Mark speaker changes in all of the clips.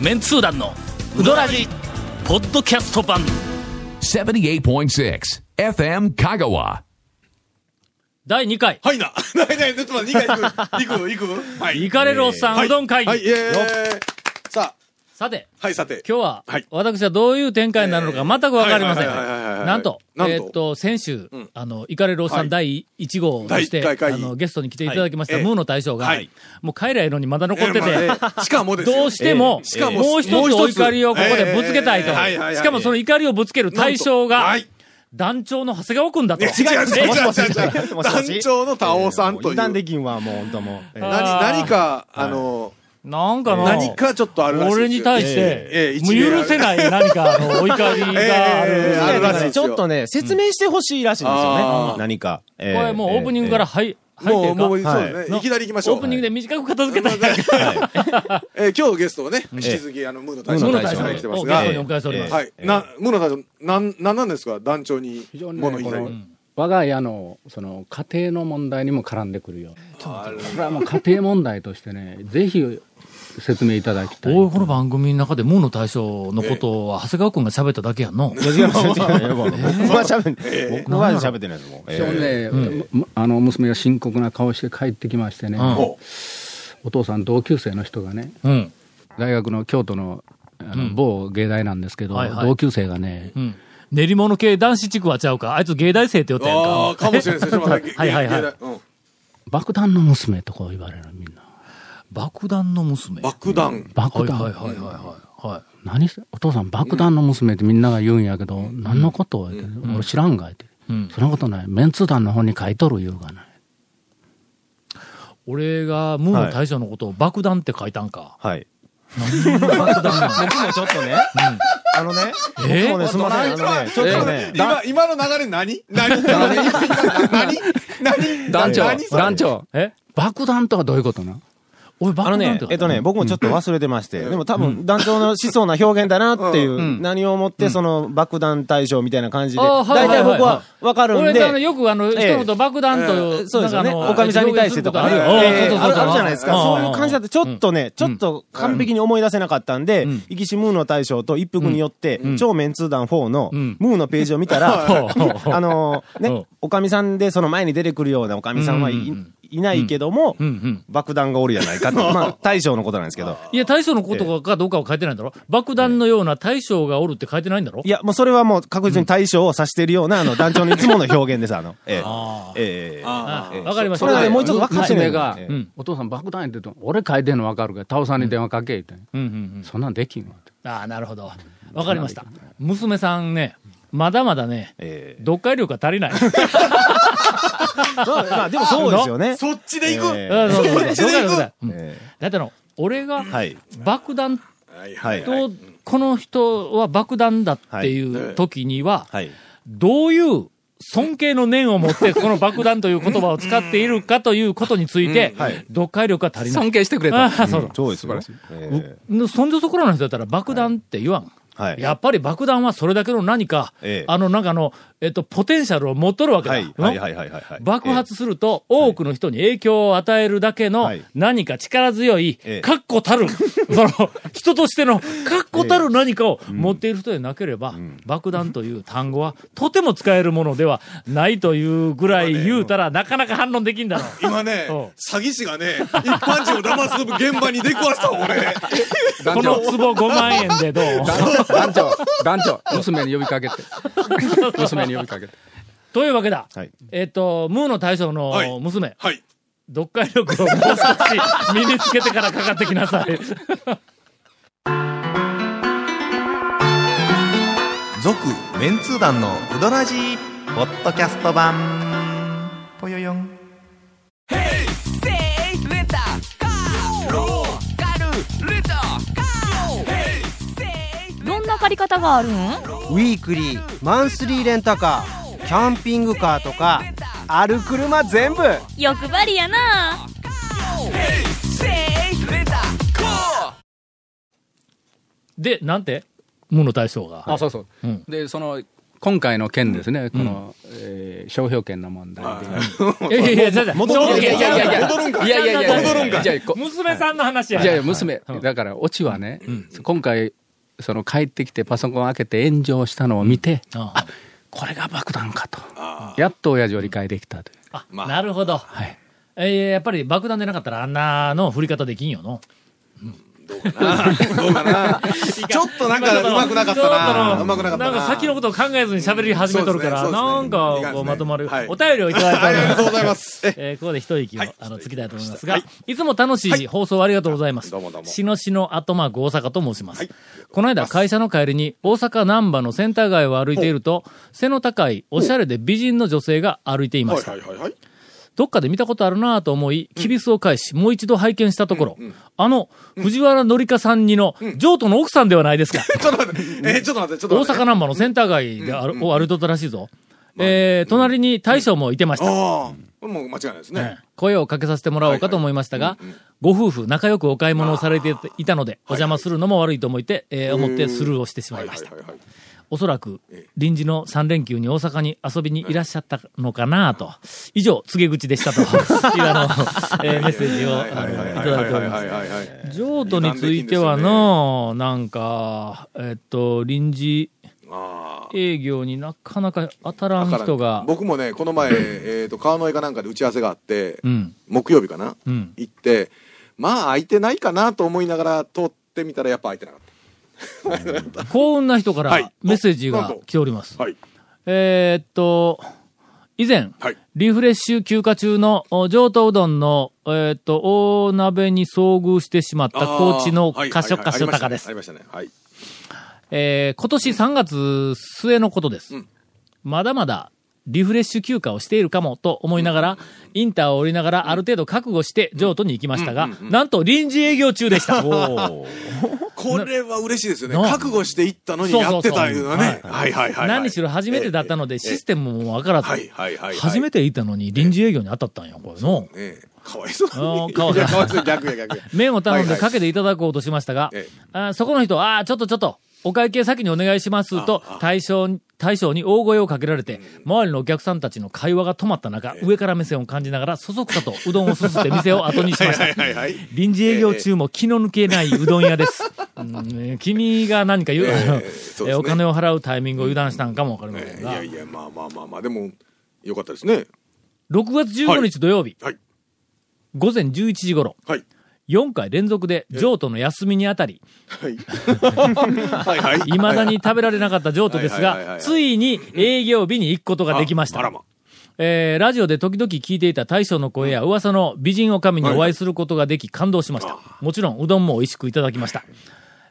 Speaker 1: メンツー団のウドラジポッドキャスト版
Speaker 2: 78.6 FM Kagawa.
Speaker 1: 第2回
Speaker 3: はいな。 ないない、ちょっと待って、2回行く。行く、行く。はい。
Speaker 1: イカれるおっさん、
Speaker 3: はいう
Speaker 1: どん会議、
Speaker 3: はい、イエーイさあ、
Speaker 1: さて
Speaker 3: はい、さて。
Speaker 1: 今日は、
Speaker 3: はい
Speaker 1: 私はどういう展開になるのか全くわかりません
Speaker 3: はいはいはいはいはいはい
Speaker 1: なんと
Speaker 3: なんと
Speaker 1: えーっと先週、
Speaker 3: ん
Speaker 1: あのイカれるおっさ
Speaker 3: は
Speaker 1: ん
Speaker 3: い
Speaker 1: 第1号として、
Speaker 3: 第一回
Speaker 1: あ
Speaker 3: 会議
Speaker 1: のゲストに来ていただきました、
Speaker 3: はいええ
Speaker 1: ムーの大将が、
Speaker 3: はい
Speaker 1: もう帰りゃいいのにまだ残ってて、
Speaker 3: えーまあえーしかもですよ
Speaker 1: どうしても、
Speaker 3: えーしかも
Speaker 1: もう一つ
Speaker 3: もう一つ
Speaker 1: お怒りをここでぶつけたいと。
Speaker 3: えーはいはいはい
Speaker 1: しかもその怒りをぶつける対象が、
Speaker 3: はい。
Speaker 1: 団長の長谷川君だと。
Speaker 3: 違う違う違う
Speaker 1: えー
Speaker 3: 違う。団長のタオさんという。
Speaker 4: 断
Speaker 3: 何、
Speaker 4: できんわ、もう本当もう。えー
Speaker 1: あー
Speaker 3: 何か、あの、
Speaker 1: なんかな。
Speaker 3: 何かちょっとあるらしいですよ。
Speaker 1: 俺に対し
Speaker 3: え
Speaker 1: て
Speaker 3: え、
Speaker 1: もう許せない何か、あの、お怒りがある。
Speaker 3: えーあるらしいです
Speaker 4: ち
Speaker 3: よ
Speaker 4: ょっとね、説明してほしいらしいんですよね。
Speaker 3: あー
Speaker 4: 何か。こ
Speaker 1: これもうオープニングから入、入っ
Speaker 3: も
Speaker 1: て
Speaker 3: う、もう、
Speaker 1: るか。
Speaker 3: そうで
Speaker 1: は
Speaker 3: すね。
Speaker 1: い
Speaker 3: いきなり行きましょう。
Speaker 1: オープニングで短く片付けたい
Speaker 3: はい
Speaker 4: は
Speaker 3: えー今日ゲストをね、引き続き、あの、ムーの大将
Speaker 1: ムー
Speaker 4: ム
Speaker 1: の大将
Speaker 4: ー大将
Speaker 3: が来てま
Speaker 1: を
Speaker 3: す
Speaker 1: ゲ
Speaker 3: が
Speaker 1: スト、にお迎えしております。
Speaker 3: はい。な、ムーの大将、なん、なんなんですか団長に
Speaker 5: 非常にね、
Speaker 3: 物
Speaker 5: こ
Speaker 3: 言いたい
Speaker 5: の。我が家のその家庭の問題にも絡んでくるよ。これはもう家庭問題としてね、ぜひ説明いただきたい。
Speaker 1: おいこの番組の中で、ムーの大将のことは、長谷川君が喋っただけやんの。
Speaker 4: い。いや違う違う違う僕は喋って、僕は喋ってないですもん。え
Speaker 5: 非
Speaker 4: ー
Speaker 5: 常にね、むあの娘が深刻な顔して帰ってきましてね、
Speaker 1: ん
Speaker 3: お
Speaker 5: お父さん同級生の人がね、
Speaker 1: うん。
Speaker 5: 大学の京都のあの某芸大なんですけど、
Speaker 1: はいはい
Speaker 5: 同級生がね、
Speaker 1: うん。練り物系男子地区はちゃうか。あいつ芸大生って言ったやんか。
Speaker 3: ああ、かもしれないですね。ちょっと待って
Speaker 1: はいはいはい
Speaker 3: 芸大うん
Speaker 5: 爆弾の娘とか言われるのみんな。
Speaker 1: 爆弾の娘。
Speaker 3: 爆弾。
Speaker 5: 爆弾、
Speaker 1: はいはいはいはい、はい。
Speaker 5: 何せお父さん爆弾の娘ってみんなが言うんやけど、何のことを言って、俺知らんがいって、
Speaker 1: うん
Speaker 5: そんなことないメンツ団の方に書いとる言うがない
Speaker 1: 俺がムーの大将のことを爆弾って書いたんか。
Speaker 4: はい。
Speaker 1: 爆弾なの
Speaker 4: 僕もちょっとね、あのね、
Speaker 1: え
Speaker 4: 僕もね、すみません、あのね、ちょっとね、
Speaker 3: 今、今の流れ何何何何何
Speaker 5: 団長
Speaker 3: 何それ
Speaker 5: 団長
Speaker 1: え
Speaker 5: 爆弾とはどういうことな
Speaker 1: 俺
Speaker 4: あの
Speaker 1: 爆弾って
Speaker 4: ね
Speaker 1: 書いた、
Speaker 4: えっとね、僕もちょっと忘れてまして、でも多分、団長のしそうな表現だなっていう、何をもって、その、爆弾対象みたいな感じで、
Speaker 1: あーはい
Speaker 4: 大体僕
Speaker 1: はいは
Speaker 4: はわかるん
Speaker 1: 俺
Speaker 4: で、
Speaker 1: あのよくあの、
Speaker 4: ええ
Speaker 1: 一言爆弾と、
Speaker 4: そうですよね。
Speaker 1: なんあの
Speaker 4: おかみさんに対してとかね。
Speaker 1: 表
Speaker 4: え
Speaker 1: 現することあるよそうそう
Speaker 4: ーある
Speaker 1: そう
Speaker 4: あるじゃないですか。
Speaker 1: ああ
Speaker 4: そういう感じだって、ちょっとね、ちょっと完璧に思い出せなかったんで、イキシムーの大将と一服によって、超メンツー団4の、
Speaker 1: ん
Speaker 4: ムーのページを見たら、 あのー、
Speaker 1: う
Speaker 4: ね
Speaker 1: ん、
Speaker 4: おかみさんでその前に出てくるようなおかみさんはい
Speaker 1: うんう
Speaker 4: いないけども
Speaker 1: うんうん、
Speaker 4: 爆弾がおるやないかと。まあ、大将のことなんですけど。
Speaker 1: いや、大将のことかどうかは書いてないんだろ爆弾のような大将がおるって書いてないんだろ
Speaker 4: いや、もうそれはもう確実に大将を指しているような、あの、団長のいつもの表現です、あの。 ええ
Speaker 1: あー
Speaker 4: ええ
Speaker 1: あ
Speaker 3: あ
Speaker 1: ーわかりまし
Speaker 4: それは
Speaker 1: た。
Speaker 4: ねもうちょっと分かってない
Speaker 5: 娘が、
Speaker 4: え
Speaker 1: え
Speaker 5: うんお父さん爆弾やってと俺書いてんの分かるけどタオさんに電話かけって、
Speaker 1: うんうんうん。
Speaker 5: そんなんできんわって
Speaker 1: ああ、なるほど。わかりました。娘さんね、まだまだね、
Speaker 4: ええ
Speaker 1: 読解力が足りない。
Speaker 4: まあまあ、でもそうですよね。
Speaker 3: そっちで行く
Speaker 4: ええ
Speaker 1: うんそうそうそう
Speaker 3: そっちで行
Speaker 1: 読解
Speaker 3: く
Speaker 1: 力がうん
Speaker 4: ええ
Speaker 1: だってあの、俺が
Speaker 4: はい。
Speaker 1: 爆弾
Speaker 3: はい
Speaker 4: はい。
Speaker 1: と、この人は爆弾だっていう時には、
Speaker 4: はい。
Speaker 1: どういう尊敬の念を持って、この爆弾という言葉を使っているかということについて、
Speaker 4: はい
Speaker 1: 読解力が足りない。
Speaker 5: 尊敬してくれ
Speaker 1: あ
Speaker 5: た
Speaker 1: あ、そうだ。
Speaker 4: そうですよ。え
Speaker 1: うそんじょそこらの人だったら爆弾って言わん。
Speaker 4: えはい。
Speaker 1: やっぱり爆弾はそれだけの何か、
Speaker 4: ええ
Speaker 1: あの、なんかあの、えっと、ポテンシャルを持っとるわけだ。
Speaker 4: はい。はい。はい。はい。はい。
Speaker 1: 爆発すると、多くの人に影響を与えるだけの
Speaker 4: はい、
Speaker 1: 何か力強い
Speaker 4: ええ、
Speaker 1: 確固た る、その、人としての、確固たる何かを持っている人でなければ、爆弾という単語は、とても使えるものではないというぐらい言うたら、なかなか反論できんだろ う。
Speaker 3: 今ね
Speaker 1: うん、
Speaker 3: 詐欺師がね、一般人を騙す現場に出くわした俺。
Speaker 1: この壺5万円でど う
Speaker 5: 団長団長 娘に呼びかけて娘に呼びかけて
Speaker 1: というわけだ。
Speaker 4: ええはい。
Speaker 1: えっと、ムーの大将の娘、
Speaker 3: はい。
Speaker 1: 読解力をもう少し身につけてからかかってきなさい。
Speaker 6: 続メンツー団のウドラジーポッドキャスト版ぽよよん
Speaker 7: どんな借り方があるん
Speaker 8: ウィークリーマンスリーレンタカーキャンピングカーとかある車全部
Speaker 7: 欲張りやな
Speaker 1: で、なんてムーの大将が。
Speaker 5: あそうそう、
Speaker 1: うん
Speaker 5: でその今回の件ですね、この、えー商標権の問題で。
Speaker 1: いやいやいや、戻
Speaker 5: いやいやいやいや
Speaker 3: 戻るんか
Speaker 5: いやいやいやいや
Speaker 3: 戻るんか
Speaker 5: じゃあこ
Speaker 1: 娘さんの話や
Speaker 5: いやいや、娘、だから、オチはね、今回、その帰ってきてパソコン開けて炎上したのを見て、
Speaker 1: あ
Speaker 5: あこれが爆弾かと。やっと親父を理解できたという。
Speaker 1: あ、なるほど。
Speaker 5: はい。
Speaker 1: えーやっぱり爆弾でなかったらあんなの振り方できんよの。
Speaker 3: どうかな。ちょっとなんか、うまくなかったな。うまくなかったな。
Speaker 1: んか先のことを考えずに喋り始めとるから、
Speaker 3: うんそうですねそうです
Speaker 1: な
Speaker 3: ね
Speaker 1: んか
Speaker 3: いかんです
Speaker 1: こう
Speaker 3: ね
Speaker 1: まとまる、
Speaker 3: はい
Speaker 1: お便りをいただいて
Speaker 3: あ
Speaker 1: おり
Speaker 3: り
Speaker 1: ま
Speaker 3: が
Speaker 1: す
Speaker 3: とうございま す。え
Speaker 1: えーここで一息を、
Speaker 3: はい
Speaker 1: あの、
Speaker 3: 一
Speaker 1: つき
Speaker 3: 息
Speaker 1: たいと思いますが、い、つも楽しい放送ありがとうございます。
Speaker 3: どうもどうも
Speaker 1: しのしの後ま大阪と申します。
Speaker 3: はい
Speaker 1: この間、会社の帰りに、大阪南波のセンター街を歩いていると、背の高い、おしゃれで美人の女性が歩いていま
Speaker 3: は
Speaker 1: し
Speaker 3: い
Speaker 1: た。
Speaker 3: はいはいはい。
Speaker 1: どっかで見たことあるなぁと思い、キリスを返し、もう一度拝見したところ、あの、藤原紀香さんにの、譲渡の奥さんではない ですか。
Speaker 3: ちょっと待って、えー、ちょっと待って、ちょっと
Speaker 1: 大
Speaker 3: 待って。
Speaker 1: 阪南波のセンター街であるを歩いとったらしいぞ。えー、隣に大将もいてました。
Speaker 3: ああ、もう間違いないですね。
Speaker 1: 声をかけさせてもらおうかと思いましたが、ご夫婦仲良くお買い物をされていたので、お邪魔するのも悪いと思って、えー思ってスルーをしてしま
Speaker 3: はいい
Speaker 1: ま
Speaker 3: はい
Speaker 1: した。
Speaker 3: はいはい。
Speaker 1: おそらく、臨時の3連休に大阪に遊びにいらっしゃったのかなと。以上、告げ口で したという、あの、えーメッセージを、
Speaker 3: はい
Speaker 1: あ
Speaker 3: はい
Speaker 1: の
Speaker 3: はい
Speaker 1: い
Speaker 3: は
Speaker 1: ただいており
Speaker 3: い
Speaker 1: ま
Speaker 3: は
Speaker 1: す
Speaker 3: い。はいはい。
Speaker 1: 譲渡についてはの、なんか、えっと、臨時
Speaker 3: あ
Speaker 1: 営業になかなか当たら
Speaker 3: あ。
Speaker 1: ん人が、
Speaker 3: 僕もね、この前、えっと、川の絵かなんかで打ち合わせがあって
Speaker 1: う、ん、
Speaker 3: 木曜日かな
Speaker 1: うん。
Speaker 3: 行って、まあ、空いてないかなと思いながら通ってみたら、やっぱ空いてなかっ
Speaker 1: 幸運な人か
Speaker 3: は
Speaker 1: ら
Speaker 3: い
Speaker 1: メッセージ
Speaker 3: なん
Speaker 1: が
Speaker 3: と
Speaker 1: 来ております
Speaker 3: た。。はい。
Speaker 1: えーっと、以前、
Speaker 3: はい。
Speaker 1: リフレッシュ休暇中のお上等うどんの、えーっと、大鍋に遭遇してしまった高知の
Speaker 3: あー
Speaker 1: カショカショタカで
Speaker 3: あ
Speaker 1: す
Speaker 3: り。ましたね。ありましたね
Speaker 1: えー今年3月末のことです。
Speaker 3: ん
Speaker 1: まだまだリフレッシュ休暇をしているかもと思いながら、インターを降りながらある程度覚悟して上都に行きましたが、なんと臨時営業中でした。
Speaker 3: はい。これは嬉しいですよね。
Speaker 1: な
Speaker 3: 覚悟して行ったのに
Speaker 1: そうそうそう
Speaker 3: やってたいうのはね。はいはいはい。
Speaker 1: 何しろ初めてだったので、システムもわからず、
Speaker 3: はいはいはいはい。
Speaker 1: 初めて行ったのに臨時営業に当たったんや、これの。
Speaker 3: ねえかわいそう
Speaker 1: あー
Speaker 3: に。
Speaker 1: かわいそう
Speaker 3: やかわいそうに逆 や逆や。
Speaker 1: 麺を頼んで
Speaker 3: はいは
Speaker 1: か
Speaker 3: い
Speaker 1: けていただこうとしましたが、
Speaker 3: え
Speaker 1: あーそこの人、ああ、ちょっとちょっと、お会計先にお願いしますと、対象に、対象に大声をかけられて、周りのお客さんたちの会話が止まった中、上から目線を感じながら、そそくさとうどんをすすって店を後にしまし
Speaker 3: はいはい
Speaker 1: た。
Speaker 3: はいはい。
Speaker 1: 臨時営業中も気の抜けないうどん屋です。うん君が何か言う、
Speaker 3: ええ
Speaker 1: あの
Speaker 3: ええそうです
Speaker 1: え
Speaker 3: ね
Speaker 1: お金を払うタイミングを油断したんかもわかりませ
Speaker 3: え
Speaker 1: ん
Speaker 3: えい
Speaker 1: が、
Speaker 3: やいや、まあまあまあまあ、でも、よかったですね。
Speaker 1: 6月15日土曜日、
Speaker 3: はい。
Speaker 1: 午前11時頃、
Speaker 3: はい。
Speaker 1: 4回連続で譲渡の休みにあたり、
Speaker 3: はい。はいはい。
Speaker 1: 未だに食べられなかった譲渡です
Speaker 3: はいはいはい
Speaker 1: が、
Speaker 3: はい
Speaker 1: ついに営業日に行くことができまし
Speaker 3: あ
Speaker 1: た
Speaker 3: あら。ま。
Speaker 1: えー、ラジオで時々聞いていた大将の声や噂の美人女将にお会いすることができ感動しました。もちろんうどんも美味しくいただきました。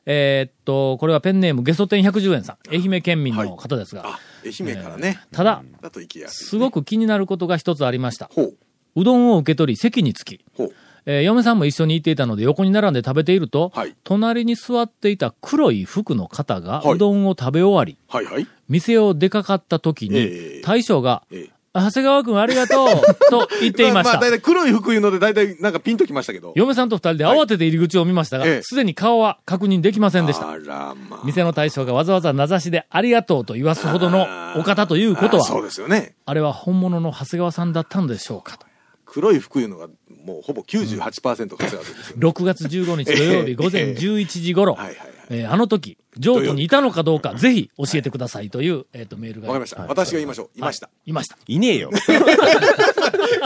Speaker 1: えーっと、これはペンネームゲソ天110円さん、愛媛県民の方ですが、
Speaker 3: あ、愛媛からね。
Speaker 1: ただ、
Speaker 3: だと行きやすい。
Speaker 1: すごく気になることが一つありました。
Speaker 3: ほう。
Speaker 1: うどんを受け取り席につき、
Speaker 3: ほう。
Speaker 1: えー嫁さんも一緒に行っていたので横に並んで食べていると、
Speaker 3: はい
Speaker 1: 隣に座っていた黒い服の方が
Speaker 3: はいう
Speaker 1: どんを食べ終わり、
Speaker 3: はいはい。
Speaker 1: 店を出かかった時に、
Speaker 3: ええ
Speaker 1: 大将が、
Speaker 3: ええ
Speaker 1: 長谷川くんありが とうと言っていまし
Speaker 3: あ
Speaker 1: た
Speaker 3: あ、。大体黒い服いうので、大体なんかピンときましたけど。
Speaker 1: 嫁さんと二人で慌てて入り口を見ましたが
Speaker 3: え、え
Speaker 1: すでに顔は確認できませんでした。
Speaker 3: あらまあ。
Speaker 1: 店の大将がわざわざ名指しでありがとうと言わすほどのお方ということ
Speaker 3: あそう
Speaker 1: は、
Speaker 3: ですよね。
Speaker 1: あれは本物の長谷川さんだったのでしょうかと。
Speaker 3: 黒い服いうのが、もうほぼ98%稼がるんですよね。
Speaker 1: 6月15日土曜日午前11時頃
Speaker 3: はいはいはい、
Speaker 1: えーあの時、譲渡にいたのかどうか、ぜひ教えてくださいという、えっと、メールが。
Speaker 3: わかりました。私が言いましょう。いました
Speaker 1: は。い。いました。
Speaker 4: いねえよ。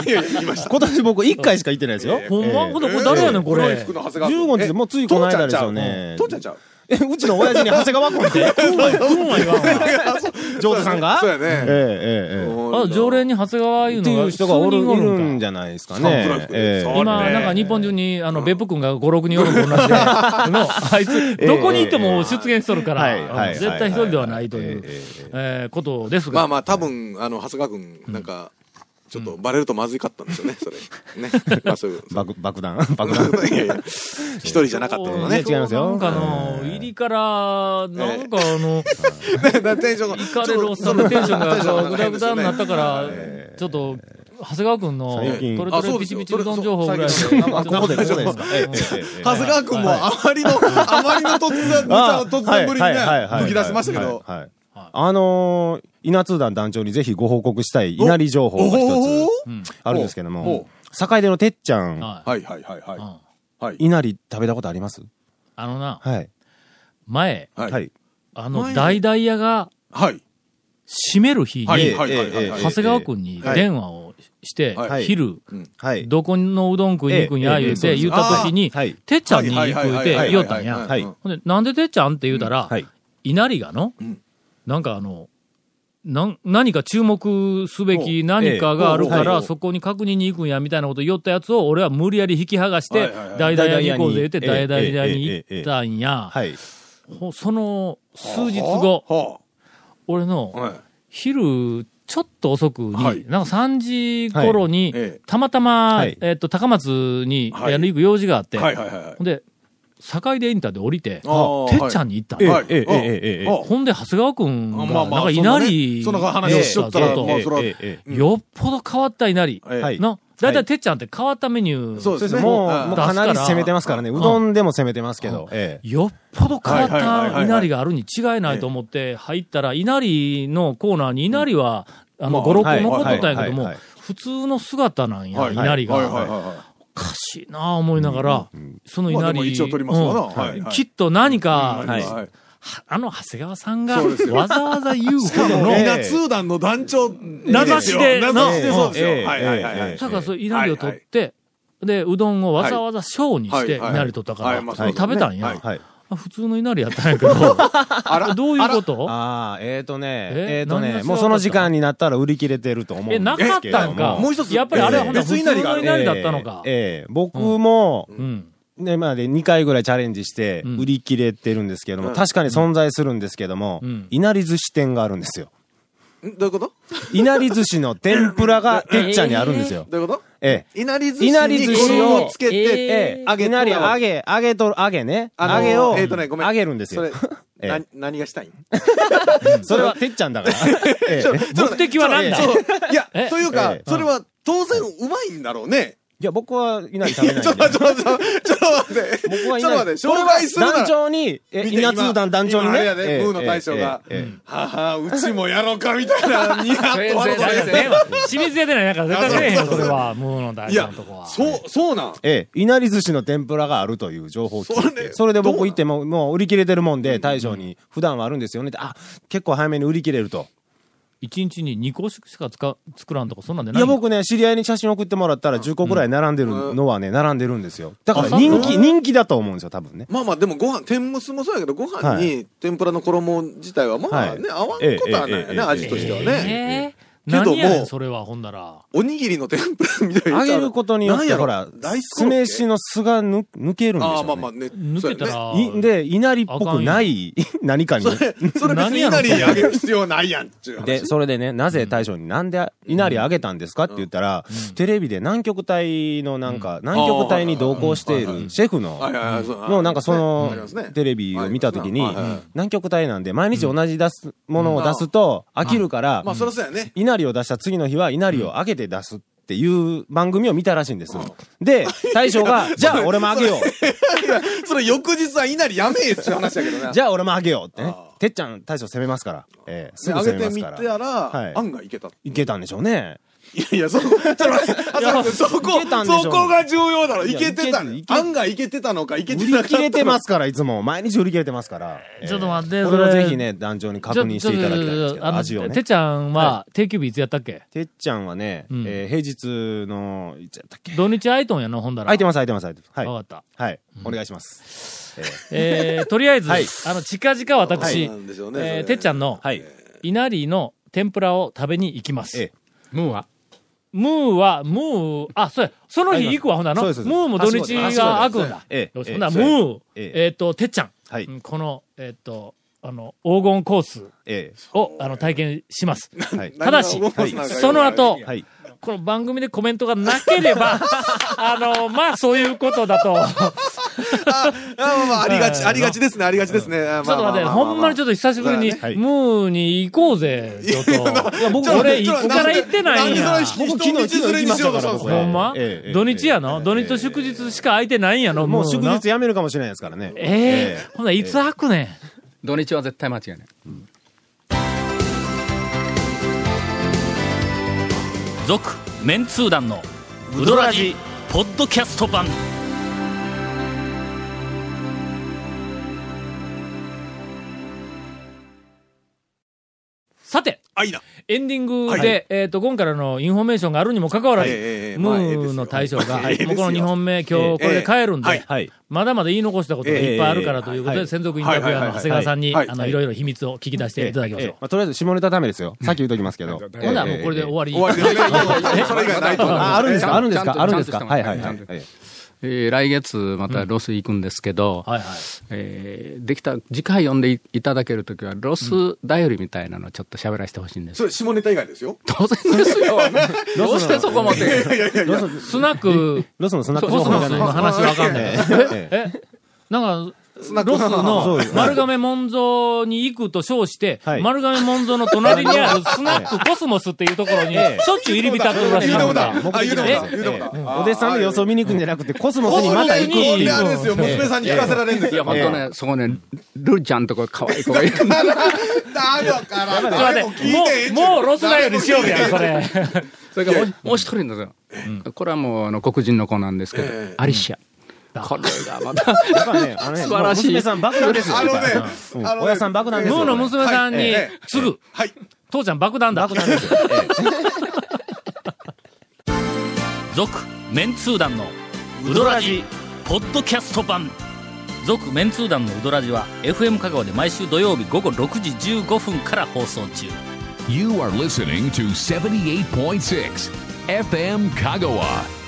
Speaker 3: いやいや、いました。
Speaker 4: 今年僕1回しか行ってないですよ。
Speaker 1: ほんまほんとこれ誰やねん、こ
Speaker 3: 黒い
Speaker 1: れ
Speaker 3: 服。の長谷川君。
Speaker 4: 15日でもうついこの間ですよ
Speaker 3: え
Speaker 4: ね。
Speaker 3: 父ちゃんちゃう。
Speaker 4: え、うちの親父に長谷川君 って。上手さんが
Speaker 3: そうや
Speaker 4: ええ
Speaker 3: ね。
Speaker 4: えええ
Speaker 1: あ、常連に長谷川い
Speaker 4: え。
Speaker 1: う
Speaker 4: って
Speaker 1: の
Speaker 4: い
Speaker 1: が
Speaker 4: う人がおる
Speaker 1: 数人お
Speaker 4: い
Speaker 1: るんか
Speaker 4: るんじゃないですか
Speaker 3: サンプライ
Speaker 4: ね
Speaker 3: ズ。
Speaker 4: え
Speaker 3: そう
Speaker 4: え
Speaker 1: 今、
Speaker 3: ね
Speaker 1: なんか日本中に、あの、別府君が5、6人おると同じで、 の、あいつ、どこにいても出現しとるから、
Speaker 4: はいはい
Speaker 1: あの絶対一人ではないという、
Speaker 4: えええ
Speaker 1: えーことです
Speaker 3: まあ
Speaker 1: が、
Speaker 3: まあ、多分、あの、長谷川君、なんか、ちょっとバレるとまずいかったんですよね、 それ。ね。まあそういう。
Speaker 4: 爆爆弾 爆弾。
Speaker 3: いやいや一人じゃなかったのね。
Speaker 4: 違いますよ
Speaker 1: なんかの、入りから、なんかあの、
Speaker 3: だからテンションが。
Speaker 1: 行かれるおっさんのテンション
Speaker 3: テンション
Speaker 1: が、
Speaker 3: が
Speaker 1: ぐだぐだになったか
Speaker 3: は
Speaker 1: ら
Speaker 3: い、
Speaker 1: ちょっと、長谷川君の、
Speaker 4: 最近
Speaker 1: トレト
Speaker 3: あそ
Speaker 1: レ
Speaker 3: うで
Speaker 1: ピ
Speaker 3: す
Speaker 1: チ
Speaker 3: よ
Speaker 1: ピチうどん情報ぐらい
Speaker 3: それ
Speaker 4: あ、ここで、ここでですか。ええええええ
Speaker 3: 長谷川 君もあまりの、あまりの突然、無茶
Speaker 4: あ
Speaker 3: 突然ぶりにね
Speaker 4: はいはいはいは、い
Speaker 3: 吹き出しましたけど、
Speaker 4: はいはいあのー、稲通団団長にぜひご報告したい稲荷情報が一つあるんですけど
Speaker 3: おお
Speaker 4: も、坂出のてっちゃん、
Speaker 1: は
Speaker 3: はいはいはい
Speaker 1: い。うん
Speaker 3: は。い。
Speaker 4: 稲荷食べたことあります
Speaker 1: あのな、
Speaker 4: はい。
Speaker 1: 前、
Speaker 3: はい。
Speaker 4: はい。
Speaker 1: あの、大々屋が
Speaker 3: はい。
Speaker 1: 閉める日に、
Speaker 3: はい
Speaker 4: ええ
Speaker 3: はいはいはい
Speaker 4: ええええ
Speaker 1: 長谷川君に
Speaker 4: はい
Speaker 1: 電話をして、
Speaker 3: はい
Speaker 1: 昼、
Speaker 4: はい。
Speaker 1: どこのうどん食いに行くんや、
Speaker 4: ええええ
Speaker 1: 言う
Speaker 4: そ
Speaker 1: て、
Speaker 4: うです
Speaker 1: 言った時に、
Speaker 4: はい。
Speaker 1: てっちゃんに行くって言おったん
Speaker 3: はい
Speaker 1: や。
Speaker 3: はい
Speaker 4: は
Speaker 1: ほんで、なんでてっちゃんって言うたら、
Speaker 4: はい。
Speaker 1: 稲荷がの、
Speaker 3: うん
Speaker 1: なんかあの、なん何か注目すべき何かがあるか
Speaker 3: ええおうおうお
Speaker 1: ら、
Speaker 3: う
Speaker 1: そこに確認に行くんやみたいなこと言ったやつを、俺は無理やり引き剥がして
Speaker 3: はいはいは、い
Speaker 1: 大々屋に行こうぜって、
Speaker 4: ええ
Speaker 1: 大々屋に
Speaker 4: ええええ
Speaker 1: 行ったんや。
Speaker 4: はい。
Speaker 1: ほその数日後、
Speaker 3: 後。
Speaker 1: 俺
Speaker 3: はあ
Speaker 1: の
Speaker 3: はい。
Speaker 1: 昼、ちょっと遅くに、
Speaker 3: はい
Speaker 1: なんか3時頃に、
Speaker 3: はいええ
Speaker 1: たまたま、
Speaker 4: はい
Speaker 1: えっと、高松に
Speaker 3: はい
Speaker 1: やる行く用事があって、
Speaker 3: はいはいはいはい
Speaker 1: ほんで、坂出インターで降りて、
Speaker 3: あー
Speaker 1: てっちゃんに行ったの
Speaker 3: ええ
Speaker 4: はい。ええええええええ
Speaker 3: あ
Speaker 1: ほんで、長谷川くんが、
Speaker 3: あまあまあ
Speaker 1: なんか稲荷、
Speaker 3: そんなねそんな話をしちゃったら
Speaker 1: そうそう
Speaker 3: まあそれは
Speaker 4: ええええ
Speaker 1: よっぽど変わった稲荷。
Speaker 3: ええ
Speaker 4: はい
Speaker 1: の、だいたいてっちゃんって変わったメニュー。
Speaker 3: そう
Speaker 4: そう
Speaker 3: で
Speaker 4: ですす
Speaker 3: ね。
Speaker 4: ね。もう、
Speaker 3: あ
Speaker 4: もう
Speaker 1: だ
Speaker 4: かなり攻めてますからね。うどんでも攻めてますけど。ええ。
Speaker 1: よっぽど変わっ
Speaker 3: はいはいはいはい
Speaker 1: た
Speaker 3: はい
Speaker 1: 稲荷があるに違いないと思って入ったら、稲荷のコーナーに稲荷は、あ
Speaker 3: ま
Speaker 1: の、
Speaker 3: あ
Speaker 1: 5、6
Speaker 4: はい
Speaker 1: 個残っとったんやけど
Speaker 4: はい
Speaker 1: も
Speaker 4: はいはい、
Speaker 1: 普通の姿なんや、
Speaker 3: はい
Speaker 1: 稲荷
Speaker 3: はいは
Speaker 1: が。
Speaker 3: いはいは
Speaker 1: おかしいなあ思いながら、その
Speaker 3: い。まあ
Speaker 1: 稲
Speaker 3: でも
Speaker 1: 荷。
Speaker 3: 一応取りますわな。
Speaker 1: うん
Speaker 3: はいはい
Speaker 1: きっと何か、
Speaker 3: はい
Speaker 1: は
Speaker 3: はい。
Speaker 1: あの、長谷川さんが、
Speaker 3: そうですよ
Speaker 1: わざわざ言うほどの、
Speaker 4: ええ
Speaker 3: 稲通団の団長名
Speaker 1: 名指しで
Speaker 3: 名
Speaker 1: な
Speaker 3: 指しでそうです
Speaker 4: ええ
Speaker 3: よ。はいはいはいは
Speaker 4: ええ
Speaker 3: い。
Speaker 1: だからそう、稲荷を取って、で、うどんをわざわざ小にして、
Speaker 3: はいはい
Speaker 1: 稲荷取ったか
Speaker 3: は
Speaker 1: ら、
Speaker 3: いまあそうですね
Speaker 1: 食べたんや。
Speaker 3: はい
Speaker 4: はい。
Speaker 1: あ普通の稲荷やったんやけ ど、どういうこと
Speaker 4: ああ、えっ、ー、とね、
Speaker 1: え
Speaker 4: えっ、ー、と
Speaker 1: 何が違うかっ
Speaker 4: ね、
Speaker 1: た
Speaker 4: もうその時間になったら売り切れてると思うんで
Speaker 1: え、
Speaker 4: すけど
Speaker 1: なかったんか。
Speaker 3: もう一つ
Speaker 1: やっぱりあれはほんと
Speaker 3: 別
Speaker 1: 普
Speaker 3: 稲
Speaker 1: 通
Speaker 3: 荷があ
Speaker 1: の
Speaker 3: る
Speaker 1: 稲荷だったのか。
Speaker 4: ええええ僕も、
Speaker 1: うん。
Speaker 4: ね、まあで2回ぐらいチャレンジして
Speaker 1: うん
Speaker 4: 売り切れてるんですけども、
Speaker 3: うん
Speaker 4: 確かに存在するんですけども、
Speaker 1: うん
Speaker 4: いなり寿司店があるんですよ。
Speaker 3: んどういうこと
Speaker 4: いなり寿司の天ぷ らがてっちゃんにあるんですよ。
Speaker 3: どういうこと
Speaker 4: ええ。
Speaker 3: いなり寿
Speaker 4: いなり
Speaker 3: 司
Speaker 4: 寿
Speaker 3: に
Speaker 4: 司を
Speaker 3: 衣をつけ
Speaker 1: え
Speaker 3: て、
Speaker 4: ええ、
Speaker 3: 揚げ
Speaker 4: い
Speaker 3: と
Speaker 4: なり揚げ、揚げと、揚げね。
Speaker 3: あの
Speaker 4: 揚げを、
Speaker 3: えーとねごめん
Speaker 4: 揚げるんです
Speaker 3: そ
Speaker 4: よ
Speaker 3: れ。、
Speaker 4: え
Speaker 3: な何がしたいん
Speaker 4: それはてっちゃ んだから。ええ
Speaker 1: 目的は何だ
Speaker 3: そういや
Speaker 1: え、
Speaker 3: というか
Speaker 4: え、
Speaker 3: それは当然うまいんだろうね。
Speaker 4: いや、僕はいなり食べないんで。
Speaker 3: ちょっと待って、ちょっと待って。
Speaker 4: 僕はい
Speaker 3: ちょっと
Speaker 4: な
Speaker 3: 待
Speaker 4: り。
Speaker 3: って、紹介するなら
Speaker 4: 団。長に、え、
Speaker 3: 見て今
Speaker 4: 稲通団団長に
Speaker 3: 今あ
Speaker 4: ね。
Speaker 3: れやで
Speaker 4: ええ
Speaker 3: ムーの大将が
Speaker 4: ええええ
Speaker 3: ははうちもやろうかみたいな、ニヤッと笑って
Speaker 1: なんかね清水屋でないなんか絶対せえへんよ、それは。ムーの大
Speaker 3: い
Speaker 1: 事な
Speaker 3: や
Speaker 1: とこは、。
Speaker 3: そう、そうなん。
Speaker 4: ええ、いなり寿司の天ぷらがあるという情報を聞いて
Speaker 3: それ
Speaker 4: それで
Speaker 3: どうな
Speaker 4: 僕
Speaker 3: ん
Speaker 4: 行っても、もう売り切れてるもんで、大将に、普段はあるんですよねって、あ、結構早めに売り切れると。
Speaker 1: 一日に2個しか使う作らんとか、そんなんで
Speaker 4: い
Speaker 1: ない
Speaker 4: や、
Speaker 1: の
Speaker 4: 僕ね、知り合いに写真送ってもらったら10個ぐらい並んで
Speaker 3: う
Speaker 4: る
Speaker 3: ん
Speaker 4: のはね、並んでるんですよ。だから
Speaker 1: あそう
Speaker 4: 人気、人気だと思うんですよ、多分ね。
Speaker 3: まあまあ、でもご飯、天むすもそうやけど、ご飯に天ぷらの衣自体は、まあね、合わんことはないよ
Speaker 4: えええ
Speaker 3: ね、
Speaker 4: え
Speaker 3: 味としては
Speaker 1: え
Speaker 3: ね。
Speaker 1: ー
Speaker 3: けど
Speaker 1: 何
Speaker 3: も
Speaker 1: やねん、それは、ほんなら。
Speaker 3: おにぎりの天ぷらみたいな。
Speaker 4: 揚げることによっ
Speaker 3: なん
Speaker 4: て、
Speaker 3: やろ
Speaker 4: ほら、
Speaker 3: 大
Speaker 4: 酢飯の酢がぬ抜けるんでしょう、ね。
Speaker 3: ああ、まあまあね。
Speaker 1: 抜けた
Speaker 3: そうやね。
Speaker 1: ら、
Speaker 4: いで、いなりっぽくない 何かに。
Speaker 3: それ別にいなり揚げる必要ないやんっちゅう話。
Speaker 4: で、それでね、なぜ大将になんで稲荷あげたんですかって言ったら、テレビで南極隊のなんか、南極隊に同行してい
Speaker 3: あーはいはいは
Speaker 4: るシェフの、
Speaker 3: はいはいはいそう
Speaker 4: のなんかそ
Speaker 3: ありますね
Speaker 4: の、テレビを見たときに
Speaker 3: はいはいはい、
Speaker 4: 南極隊なんで毎日同じ出す、ものを出すと飽きるから
Speaker 3: ま、あ、そりゃそうやね。
Speaker 4: 稲荷を出した次の日は稲荷をあげて出すっていう番組を見たらしいんです。で、大 将が、じゃあ俺もあげよう。
Speaker 3: いや、それ翌日はいなりやめえっちゅう話やけどね。
Speaker 4: じゃあ俺もあげようってね
Speaker 3: あ。
Speaker 4: てっちゃん大将攻めますから。ええ、す
Speaker 3: で
Speaker 4: ぐ
Speaker 3: 揚げ
Speaker 4: 攻め
Speaker 3: て
Speaker 4: ます
Speaker 3: みた
Speaker 4: から。はい
Speaker 3: ら、案外いけた。
Speaker 4: いけたんでしょうね。
Speaker 3: いやいや、そこ、ちょっと待ってあそうそこ
Speaker 4: いけたん、でしょ
Speaker 3: そこが重要だろ。いけてた
Speaker 4: いやいけい。け
Speaker 3: 案外いけてたのか、いけて
Speaker 4: 売
Speaker 3: なか
Speaker 4: り
Speaker 3: った
Speaker 4: 切
Speaker 3: の
Speaker 4: れて
Speaker 3: か
Speaker 4: ま。すから、い つも。毎日売り切れてますから。
Speaker 1: ちょっと待って
Speaker 4: えー
Speaker 1: そ
Speaker 4: こ
Speaker 1: れ
Speaker 4: れをぜひね、団長に確認していただきたいんですけ
Speaker 1: あ
Speaker 4: ど、
Speaker 1: の
Speaker 4: 味を
Speaker 1: てっ
Speaker 4: ね。
Speaker 1: ちゃんは、定休日いつやったっけ
Speaker 4: てっちゃんはね、
Speaker 1: うん
Speaker 4: えー平日の、いつやったっけ
Speaker 1: 土日空いとんやな、ほんだら。
Speaker 4: 空いてます、空いてます、空いてます。
Speaker 1: わ
Speaker 4: は
Speaker 1: か
Speaker 4: い。
Speaker 1: った。
Speaker 4: はい。お願いします。
Speaker 1: えー、とりあえず、
Speaker 4: はい
Speaker 1: あの、近々私、
Speaker 3: そうなんでしょうねそ
Speaker 1: え
Speaker 3: れ
Speaker 1: ー、てっちゃんの、
Speaker 4: はい。
Speaker 1: 稲荷の天ぷらを食べに行きます。
Speaker 4: え
Speaker 5: ムーは
Speaker 1: ムーは、ムー、あ、そうや、その日行くわ、ほんなの。
Speaker 4: そ
Speaker 1: ム
Speaker 4: うです
Speaker 1: ーも土日が開くんだ。
Speaker 4: え
Speaker 1: よし
Speaker 4: え
Speaker 1: ほんなら
Speaker 4: え
Speaker 1: ムー、
Speaker 4: ええ
Speaker 1: えっ、と、てっちゃん、
Speaker 4: はい
Speaker 1: うんこの、えっ、と、あの、黄金コース
Speaker 4: え
Speaker 1: を、あの、体験します。
Speaker 4: えはい。
Speaker 1: ただし、
Speaker 3: 何が起こすのか
Speaker 1: その後、
Speaker 4: はい。
Speaker 1: この番組でコメントがなければ、あの、まあ、そういうことだと。
Speaker 3: あ、あまあまあ、ありがち、ありがちですね、ありがちですね。ちょっ
Speaker 1: ちょっと待って、ほんまにちょっ
Speaker 3: っ
Speaker 1: と久しぶりに、ム
Speaker 4: そうだねはい
Speaker 1: ーに行こうぜ、ちょっと。いや、僕、俺、いつから行ってないんや
Speaker 3: なんで。それ人人道連れにしようとしたんです
Speaker 4: 僕昨日昨日行きましたから
Speaker 1: ほ
Speaker 3: か
Speaker 1: んま
Speaker 4: ええええええ
Speaker 1: 土日やの土日と祝日しか空いてないんやの
Speaker 4: も
Speaker 1: ム
Speaker 4: う
Speaker 1: ー
Speaker 4: 祝
Speaker 1: な
Speaker 4: 日やめるかもしれないですからね。
Speaker 1: ええ。ほんならいつ開くねん。
Speaker 5: 土日は絶対間違いない。
Speaker 9: 続メンツー団のウドラジポッドキャスト版
Speaker 1: さて、
Speaker 3: あ、いいな。
Speaker 1: エンディングで、
Speaker 3: は
Speaker 1: えっ、と、今からのインフォメーションがあるにもかかわらず、
Speaker 3: はいええええ
Speaker 1: ム
Speaker 3: まあええです
Speaker 1: ー
Speaker 3: よ
Speaker 1: の大将が、
Speaker 3: ええですよ
Speaker 1: もうこの2本目、今日これで帰るんで、
Speaker 3: ええはい
Speaker 4: はい。
Speaker 1: まだまだ言い残したことがいっぱいあるからということで、
Speaker 4: ええ
Speaker 1: 専属インタビュアーの長谷川さんに、
Speaker 3: はいはい
Speaker 1: あ
Speaker 3: はい
Speaker 1: の、いろいろ秘密を聞き出していただきましょう。
Speaker 4: まあ、とりあえず下ネタダメですよ。さっき言うときますけど。
Speaker 1: ほんならもうこれで終わり。
Speaker 3: 終わりですね。それ以外ないと思う。
Speaker 4: あ、あるんですかあるんです
Speaker 5: ちゃん
Speaker 4: か
Speaker 5: と
Speaker 4: あるんですか
Speaker 5: ちゃんと
Speaker 4: はいはい
Speaker 5: ち
Speaker 4: は
Speaker 5: ゃん
Speaker 4: い
Speaker 5: と。
Speaker 4: え
Speaker 5: えー来月またロス行くんですけど、
Speaker 1: はいはい。
Speaker 5: えーできた、次回読んでいいただけるときは、ロスだよりみたいなのちょっと喋らせてほしいんです
Speaker 3: そ。れ下ネタ以外ですよ。
Speaker 5: 当然ですよ。どうしてそこまで。
Speaker 1: スナック、
Speaker 4: ロスのスナック
Speaker 1: コ
Speaker 4: 情
Speaker 1: ス
Speaker 4: 報
Speaker 1: モ
Speaker 4: じ
Speaker 1: ス
Speaker 4: ゃない
Speaker 1: の話わかんない
Speaker 4: え。ええ
Speaker 1: えなんか、
Speaker 3: ナック
Speaker 1: ロス
Speaker 4: そう
Speaker 1: の
Speaker 4: です
Speaker 1: 丸亀門蔵に行くと称して、
Speaker 4: はい
Speaker 1: 丸亀門蔵の隣にあるスナックコスモスっていうところに、し
Speaker 4: ええ
Speaker 1: ょっちゅう入り浸ってるらしい
Speaker 3: 言
Speaker 1: です
Speaker 3: うても
Speaker 1: が。
Speaker 3: だ
Speaker 4: 目
Speaker 3: あ言うて
Speaker 4: 的な
Speaker 3: もだ
Speaker 4: んです
Speaker 3: 言うて
Speaker 4: よ
Speaker 3: もだ
Speaker 4: ええ
Speaker 3: あ
Speaker 4: お弟子さんで予想見に行くんじゃなくて、コスモスにまた行くって
Speaker 3: こん
Speaker 4: い
Speaker 3: なあ
Speaker 4: う。
Speaker 3: れですよ。娘さんに聞かせられるんです
Speaker 5: いや、
Speaker 3: よ。
Speaker 5: またね、そこね、ルルちゃんとこ可愛い子がいるん
Speaker 3: だ
Speaker 5: だ。
Speaker 3: だから、
Speaker 1: ちょっと待
Speaker 3: も
Speaker 1: っ
Speaker 3: 聞い
Speaker 1: ても
Speaker 3: てえ
Speaker 1: う、もうロスだよりしようやん、そ れ。
Speaker 5: それからもうもう一人のさ、これはもうあの黒人の子なんですけど、アリシア。これがまた、
Speaker 4: やっぱね、あのね、
Speaker 5: 素晴らしい
Speaker 4: 娘さん爆弾ですよ。
Speaker 3: あのね
Speaker 4: やっぱ
Speaker 3: あの
Speaker 4: うん
Speaker 3: ね
Speaker 4: 親さん爆弾で
Speaker 1: ム
Speaker 4: すよ。
Speaker 1: ーの娘さん
Speaker 3: はい
Speaker 1: に
Speaker 3: ええ、
Speaker 1: すぐ、
Speaker 3: はい。
Speaker 1: 父ちゃん爆弾だ。
Speaker 4: 爆弾ですよ。
Speaker 9: 続メンツー団のウドラジポッドキャスト版続メンツー団のウドラジは FM 香川で毎週土曜日午後6時15分から放送中
Speaker 2: You are listening to 78.6 FM Kagawa.